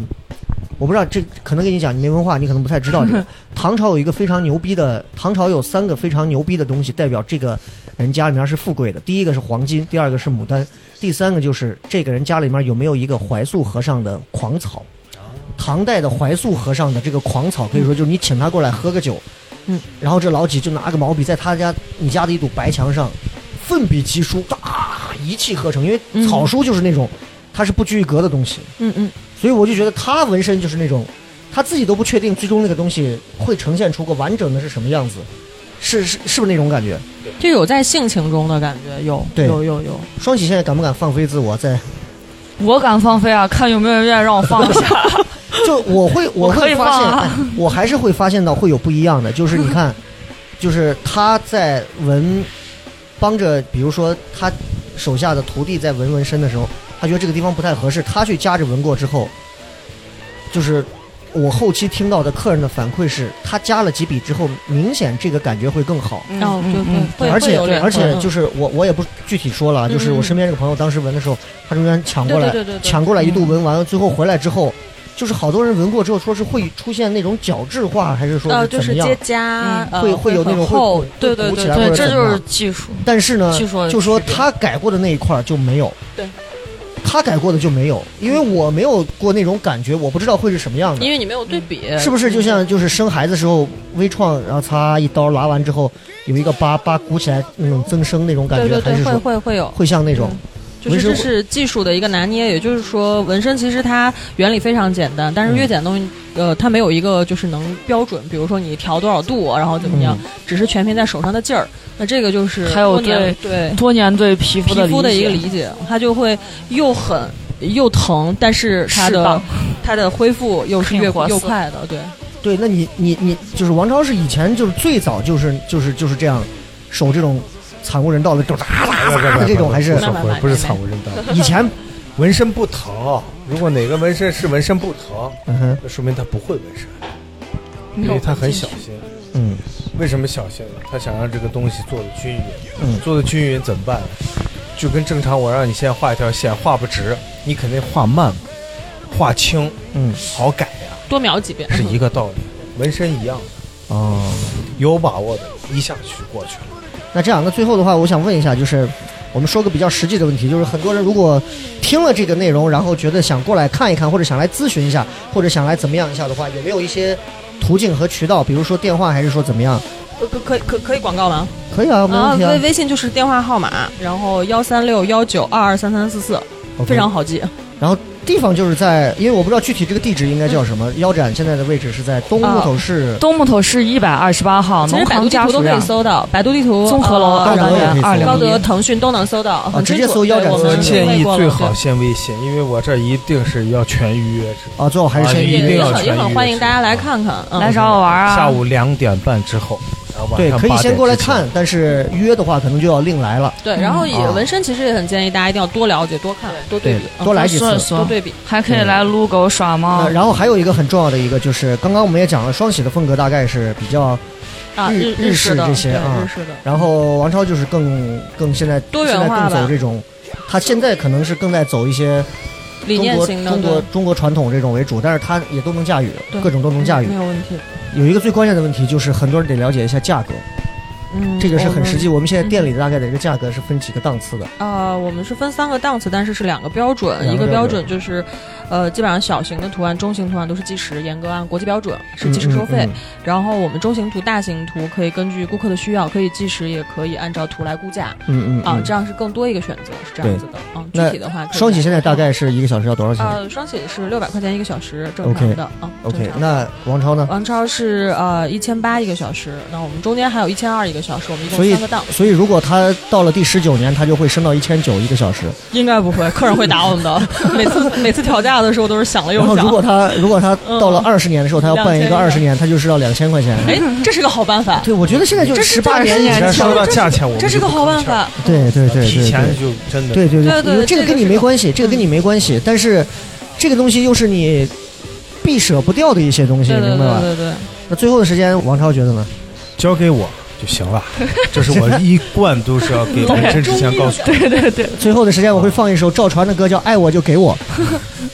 Speaker 2: 我不知道这可能跟你讲，你没文化，你可能不太知道这
Speaker 4: (laughs)
Speaker 2: 个。唐朝有一个非常牛逼的，唐朝有三个非常牛逼的东西，代表这个人家里面是富贵的。第一个是黄金，第二个是牡丹，第三个就是这个人家里面有没有一个怀素和尚的狂草。唐代的怀素和尚的这个狂草，可以说就是你请他过来喝个酒，
Speaker 4: 嗯，
Speaker 2: 然后这老几就拿个毛笔在他家你家的一堵白墙上奋笔疾书，啊，一气呵成。因为
Speaker 4: 嗯
Speaker 2: 草书就是那种，它是不拘一格的东西，
Speaker 4: 嗯嗯，
Speaker 2: 所以我就觉得他纹身就是那种他自己都不确定最终那个东西会呈现出个完整的是什么样子，是是是不是那种感觉？
Speaker 4: 就有在性情中的感觉，有
Speaker 2: 对
Speaker 4: 有有有，
Speaker 2: 双喜现在敢不敢放飞自我在？
Speaker 3: 我敢放飞啊，看有没有人愿意让我放一下。
Speaker 2: 就我会，
Speaker 4: (laughs)
Speaker 2: 我
Speaker 3: 可以
Speaker 2: 会发现，
Speaker 3: 放啊
Speaker 2: 哎我还是会发现到会有不一样的。就是
Speaker 4: (laughs)
Speaker 2: 你看，就是他在纹，帮着，比如说他手下的徒弟在纹纹身的时候，他觉得这个地方不太合适，他去夹着纹过之后，就是我后期听到的客人的反馈是，他加了几笔之后，明显这个感觉会更好。
Speaker 3: 嗯
Speaker 4: 然后就
Speaker 3: 嗯
Speaker 4: 会
Speaker 3: 嗯
Speaker 4: 会
Speaker 2: 而
Speaker 4: 会
Speaker 2: 且
Speaker 4: 有点
Speaker 2: 而且
Speaker 4: 嗯
Speaker 2: 就是我我也不具体说了啊，就是我身边这个朋友当时纹的时候，他中间抢
Speaker 4: 对
Speaker 2: 过来
Speaker 4: 对，对对嗯对，
Speaker 2: 抢过来一度闻完了，最后回来之后，就是好多人闻过之后说是会出现那种角质化，还是说
Speaker 4: 呃
Speaker 2: 是
Speaker 4: 就
Speaker 2: 怎
Speaker 4: 是
Speaker 2: 么样
Speaker 4: 结？痂
Speaker 3: 嗯，
Speaker 4: 呃
Speaker 2: 会
Speaker 4: 会
Speaker 2: 会有那
Speaker 4: 很
Speaker 2: 种会
Speaker 4: 厚
Speaker 2: 鼓，
Speaker 4: 对对
Speaker 2: 鼓起
Speaker 4: 对
Speaker 2: 来或
Speaker 4: 对
Speaker 3: 对，
Speaker 2: 者
Speaker 3: 这
Speaker 2: 怎
Speaker 3: 就
Speaker 2: 么
Speaker 3: 是
Speaker 2: 样
Speaker 3: 技术。
Speaker 2: 但是呢
Speaker 3: 技，术的
Speaker 2: 嗯就说
Speaker 3: 区别
Speaker 2: 他改过的那一块儿就没有。
Speaker 4: 对。
Speaker 2: 他改过的就没有，因为我没有过那种感觉，我不知道会是什么样的
Speaker 4: 因，为你没有对比，嗯
Speaker 2: 是不是就像就是生孩子时候微创，然后擦一刀拉完之后有一个疤疤鼓起来那种增生那种感
Speaker 4: 对
Speaker 2: 觉，
Speaker 4: 对
Speaker 2: 还
Speaker 4: 对，
Speaker 2: 是
Speaker 4: 会嗯
Speaker 2: 说
Speaker 4: 会会有，
Speaker 2: 会像那种？
Speaker 4: 就
Speaker 2: 纹
Speaker 4: 是
Speaker 2: 身
Speaker 4: 这是技术的一个拿捏，也就是说，纹身其实它原理非常简单，
Speaker 2: 嗯
Speaker 4: 但是越简单的东西，呃，它没有一个就是能标准，比如说你调多少度，然后怎么样，
Speaker 2: 嗯
Speaker 4: 只是全凭在手上的劲儿。那这个就是
Speaker 3: 还有
Speaker 4: 多年对
Speaker 3: 多年对皮肤
Speaker 4: 皮
Speaker 3: 的
Speaker 4: 肤的一个
Speaker 3: 理解，
Speaker 4: 理解，它就会又狠又疼，但是它
Speaker 3: 适
Speaker 4: 的
Speaker 3: 当
Speaker 4: (laughs) 它的恢复又是越
Speaker 3: 挺活
Speaker 4: 又
Speaker 3: 色
Speaker 4: 快的，对。
Speaker 2: 对，那你你你就是王超是以前就是最早就是就是就是这样守这种惨无人道的这种哒哒哒的这种，还是
Speaker 4: 慢慢来
Speaker 5: 不是
Speaker 4: 慢慢
Speaker 5: 惨无人道，
Speaker 2: 以前
Speaker 5: 纹身不疼啊。如果哪个纹身是纹身不疼，
Speaker 2: 嗯哼
Speaker 5: 那说明他不会纹身，
Speaker 3: 没
Speaker 5: 因
Speaker 3: 有
Speaker 5: 为他很
Speaker 3: 进去
Speaker 5: 小心。
Speaker 2: 嗯
Speaker 5: 为什么小心呢？他想让这个东西做的均匀，
Speaker 2: 嗯
Speaker 5: 做的均匀怎么办？就跟正常我让你先画一条线，画不直，你肯定画慢，画轻
Speaker 2: 嗯
Speaker 5: 好改呀、
Speaker 4: 多瞄几遍，嗯
Speaker 5: 是一个道理。纹身一样，
Speaker 2: 哦，
Speaker 5: 有把握的一下去过去了。
Speaker 2: 那这样那最后的话，我想问一下，就是我们说个比较实际的问题，就是很多人如果听了这个内容，然后觉得想过来看一看，或者想来咨询一下，或者想来怎么样一下的话，有没有一些途径和渠道？比如说电话，还是说怎么样？
Speaker 4: 呃可可可可以广告吗？
Speaker 2: 可以啊，没问题啊
Speaker 4: 微微信就是电话号码，然后幺三六幺九二二三三四四，
Speaker 2: OK
Speaker 4: 非常好记。
Speaker 2: 地方就是在，因为我不知道具体这个地址应该叫什么。腰斩现在的位置是在东木头市
Speaker 3: 东木头市一百二十八号
Speaker 4: 其实
Speaker 3: 农
Speaker 4: 百度
Speaker 3: 行
Speaker 4: 地
Speaker 3: 家
Speaker 4: 图都
Speaker 3: 属
Speaker 4: 可以
Speaker 3: 院
Speaker 4: 搜到，百度地图、
Speaker 3: 综合啊楼
Speaker 4: 呃
Speaker 3: 二
Speaker 2: 高
Speaker 4: 然
Speaker 3: 零
Speaker 4: 后
Speaker 2: 德也可以
Speaker 3: 零
Speaker 2: 搜
Speaker 3: 二零
Speaker 4: 高德、
Speaker 3: 一。
Speaker 4: 腾讯都能搜到，很
Speaker 2: 直
Speaker 4: 清
Speaker 2: 接
Speaker 4: 楚
Speaker 2: 搜
Speaker 4: 对
Speaker 2: 腰斩
Speaker 4: 我
Speaker 2: 我
Speaker 4: 们
Speaker 2: 们
Speaker 5: 建议
Speaker 4: 过了
Speaker 5: 最
Speaker 4: 对
Speaker 5: 好先微信，因为我这一定是要全预约制，
Speaker 2: 啊，最好还是
Speaker 5: 啊
Speaker 2: 先
Speaker 5: 一
Speaker 4: 也
Speaker 5: 定
Speaker 4: 也
Speaker 5: 要
Speaker 4: 很也
Speaker 5: 全
Speaker 4: 很
Speaker 5: 预
Speaker 4: 欢
Speaker 5: 约
Speaker 4: 迎
Speaker 5: 制
Speaker 4: 大家来看看，嗯，
Speaker 3: 来找我玩啊！
Speaker 5: 下午两点半之后，然后晚
Speaker 2: 对，
Speaker 5: 上
Speaker 2: 可以
Speaker 5: 8
Speaker 2: 先
Speaker 5: 点
Speaker 2: 过来
Speaker 5: 之前
Speaker 2: 看，但是约的话可能就要另来了。
Speaker 4: 对，然后也
Speaker 2: 啊
Speaker 4: 纹身其实也很建议大家一定要多了解、多看、多对
Speaker 2: 对
Speaker 4: 比，，嗯
Speaker 2: 多来几
Speaker 3: 说一
Speaker 2: 次。
Speaker 3: 说
Speaker 4: 多，对比。
Speaker 3: 还可以来撸狗耍猫
Speaker 4: 哦
Speaker 2: 啊，。然后还有一个很重要的一个就是，刚刚我们也讲了，双喜的风格大概是比较，
Speaker 4: 啊，
Speaker 2: 日
Speaker 4: 日
Speaker 2: 日式
Speaker 4: 式的
Speaker 2: 这些
Speaker 4: 对
Speaker 2: 啊
Speaker 4: 日式的，
Speaker 2: 然后王超就是更更现在
Speaker 4: 多元化
Speaker 2: 现在
Speaker 4: 吧
Speaker 2: 更走这种，他现在可能是更在走一些
Speaker 4: 理
Speaker 2: 中
Speaker 4: 念
Speaker 2: 国
Speaker 4: 型的，
Speaker 2: 中国中国传统这种为主，但是他也都能驾驭，
Speaker 4: 对嗯
Speaker 2: 各种都能
Speaker 4: 对
Speaker 2: 驾驭
Speaker 4: 没。有问题。
Speaker 2: 有一个最关键的问题就是，很多人得了解一下价格，
Speaker 4: 嗯，
Speaker 2: 这个是
Speaker 4: 我
Speaker 2: 很
Speaker 4: 们
Speaker 2: 实际。我们现在店里的大概的一个价格是分几个档次的。
Speaker 4: 呃，我们是分三个档次，但是是两个标准，
Speaker 2: 两个
Speaker 4: 一个
Speaker 2: 标
Speaker 4: 标
Speaker 2: 准
Speaker 4: 准就是，呃，基本上小型的图案、中型图案都是计时，严格按国际标准是计时收费。
Speaker 2: 嗯嗯
Speaker 4: 然后我们中型图、大型图可以根据顾客的需要，可以计时，也可以按照图来估价
Speaker 2: 嗯嗯嗯
Speaker 4: 啊，这样是更多一个选择，是这样子的啊。具
Speaker 2: 那
Speaker 4: 体的话，可以
Speaker 2: 双喜
Speaker 4: 来
Speaker 2: 现在大概是一个小时要多少钱、
Speaker 4: 呃，双喜是六百块钱一个小时，正常的啊。
Speaker 2: o
Speaker 4: 正
Speaker 2: k
Speaker 4: 常的
Speaker 2: 那王超呢？
Speaker 4: 王超是呃一千八一个小时，那我们中间还有一千二一个小时，我们一
Speaker 2: 所
Speaker 4: 共
Speaker 2: 以
Speaker 4: 三个档，
Speaker 2: 所以如果他到了第十九年，他就会升到一千九一个小时。
Speaker 4: 应该不会，客人会打我
Speaker 2: (laughs)
Speaker 4: 们的。每次每次调价的时候都是想了又
Speaker 2: 然后
Speaker 4: 哎想
Speaker 2: 如。果他如果他到了
Speaker 4: 嗯
Speaker 2: 二十年的时候，他要办一个
Speaker 4: 2000
Speaker 2: 二十年，他就是要两千块钱。
Speaker 4: 哎，这是个好办法，
Speaker 2: 对，我觉得现在就是
Speaker 4: 这是啊
Speaker 2: 十八年
Speaker 3: 这
Speaker 2: 以
Speaker 3: 是
Speaker 5: 你
Speaker 2: 前
Speaker 5: 先
Speaker 2: 上
Speaker 5: 说到价钱，我们
Speaker 4: 这是
Speaker 5: 就
Speaker 4: 个
Speaker 5: 不能
Speaker 4: 好
Speaker 5: 讲
Speaker 4: 办
Speaker 5: 了
Speaker 4: 法。
Speaker 2: 对对对
Speaker 5: 提
Speaker 2: 对
Speaker 5: 前
Speaker 2: 对
Speaker 5: 就真的
Speaker 2: 对对
Speaker 4: 对对
Speaker 2: 因为这个
Speaker 4: 这个
Speaker 2: 跟你
Speaker 4: 是嗯
Speaker 2: 没关系，这个跟你没关系。但是这个东西又是你必舍不掉的一些东西，
Speaker 4: 对
Speaker 2: 你
Speaker 4: 对
Speaker 2: 明白
Speaker 4: 对
Speaker 2: 吧？
Speaker 4: 对对，
Speaker 2: 那最后的时间，王超觉得呢？
Speaker 5: 交给我就行了。这是我一贯都是要给纹身之前告诉
Speaker 3: 对对对，
Speaker 2: 最后的时间我会放一首赵传的歌，叫《爱我就给我》。 (laughs)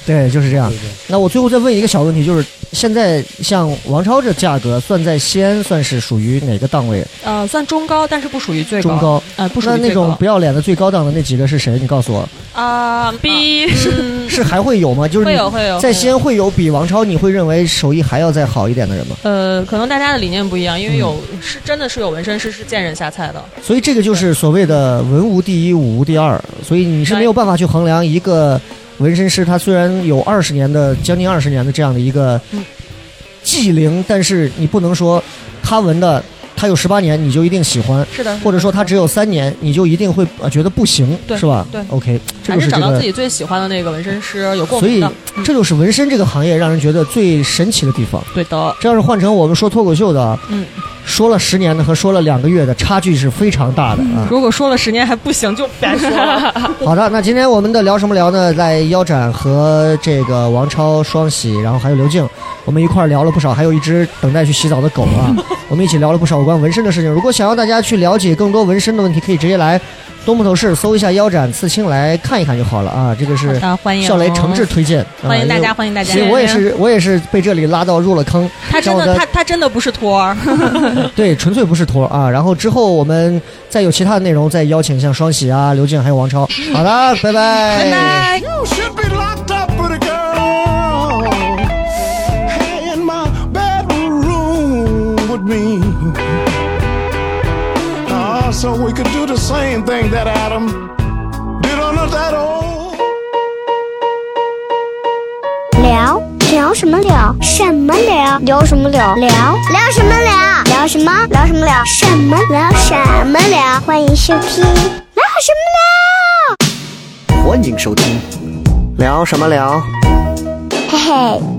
Speaker 2: 对，就是这样。那我最后再问一个小问题，就是现在像王超这价格，算在西安算是属于哪个档位？
Speaker 4: 呃，算中高，但是不属于最高。
Speaker 2: 中高。
Speaker 4: 呃，不属
Speaker 2: 那
Speaker 4: 于
Speaker 2: 那
Speaker 4: 最
Speaker 2: 种
Speaker 4: 高
Speaker 2: 不要脸的最高档的那几个是谁？你告诉我，
Speaker 4: 啊，
Speaker 3: 逼
Speaker 4: 是
Speaker 2: 是还会有吗？就是
Speaker 4: 会
Speaker 2: 你
Speaker 4: 有会嗯有
Speaker 2: 在
Speaker 4: 会
Speaker 2: 西
Speaker 4: 有
Speaker 2: 安会有比王超你会认为手艺还要再好一点的人吗？
Speaker 4: 呃，可能大家的理念不一样，因为有
Speaker 2: 嗯
Speaker 4: 是真的是有纹身师是见人下菜的，
Speaker 2: 所以这个就是所谓的文无第一，武无第二，所以你是没有办法去衡量一个纹身师，他虽然有二十年的将近二十年的这样的一个
Speaker 4: 嗯
Speaker 2: 技龄，但是你不能说他纹的他有十八年你就一定喜欢，
Speaker 4: 是的，
Speaker 2: 或者说他只有三年你就一定会呃觉得不行，
Speaker 4: 对
Speaker 2: 是吧？
Speaker 4: 对
Speaker 2: ，OK，这
Speaker 4: 还
Speaker 2: 就是是
Speaker 4: 找
Speaker 2: 这
Speaker 4: 到自
Speaker 2: 个。
Speaker 4: 己最喜欢的那个纹身师，有共
Speaker 2: 所
Speaker 4: 鸣
Speaker 2: 以
Speaker 4: 的，，嗯
Speaker 2: 这就是纹身这个行业让人觉得最神奇的地方。
Speaker 4: 对的，
Speaker 2: 这要是换成我们说脱口秀的啊，
Speaker 4: 嗯
Speaker 2: 说了十年的和说了两个月的差距是非常大的啊。
Speaker 4: (laughs) 如果说了十年还不行，就别
Speaker 2: (laughs)
Speaker 4: 说了。
Speaker 2: 好的，那今天我们的聊什么聊呢？在腰斩和这个王超、双喜，然后还有刘静，我们一块儿聊了不少，还有一只等待去洗澡的狗
Speaker 4: (laughs)
Speaker 2: 啊，我们一起聊了不少有关纹身的事情。如果想要大家去了解更多纹身的问题，可以直接来东木头市搜一下腰斩刺青来看一看就好了啊。这个是
Speaker 4: 啊，欢迎
Speaker 2: 笑雷诚挚推荐，啊
Speaker 4: 欢迎大
Speaker 2: 因为
Speaker 4: 家，欢迎大家
Speaker 2: 其。实我也是，我也是被这里拉到入了坑。
Speaker 4: 嗯他真
Speaker 2: 让我
Speaker 4: 的，
Speaker 2: 的
Speaker 4: 他他真的不是托儿，
Speaker 2: 对，纯粹不是托儿啊。然后之后我们再有其他的内容，再邀请像双喜啊、刘静还有王超。好的，拜拜，拜拜。
Speaker 1: You should be locked up, pretty girl. Hey, in my bedroom with me. Ah, so we could do the same thing that Adam did on that old.
Speaker 6: 聊聊什么聊？什么聊？聊什么聊？聊聊什么聊？聊什么？聊什么聊？什么聊？什么聊？欢迎收听聊什么聊？
Speaker 7: 欢迎收听。聊什么聊？
Speaker 6: 嘿嘿。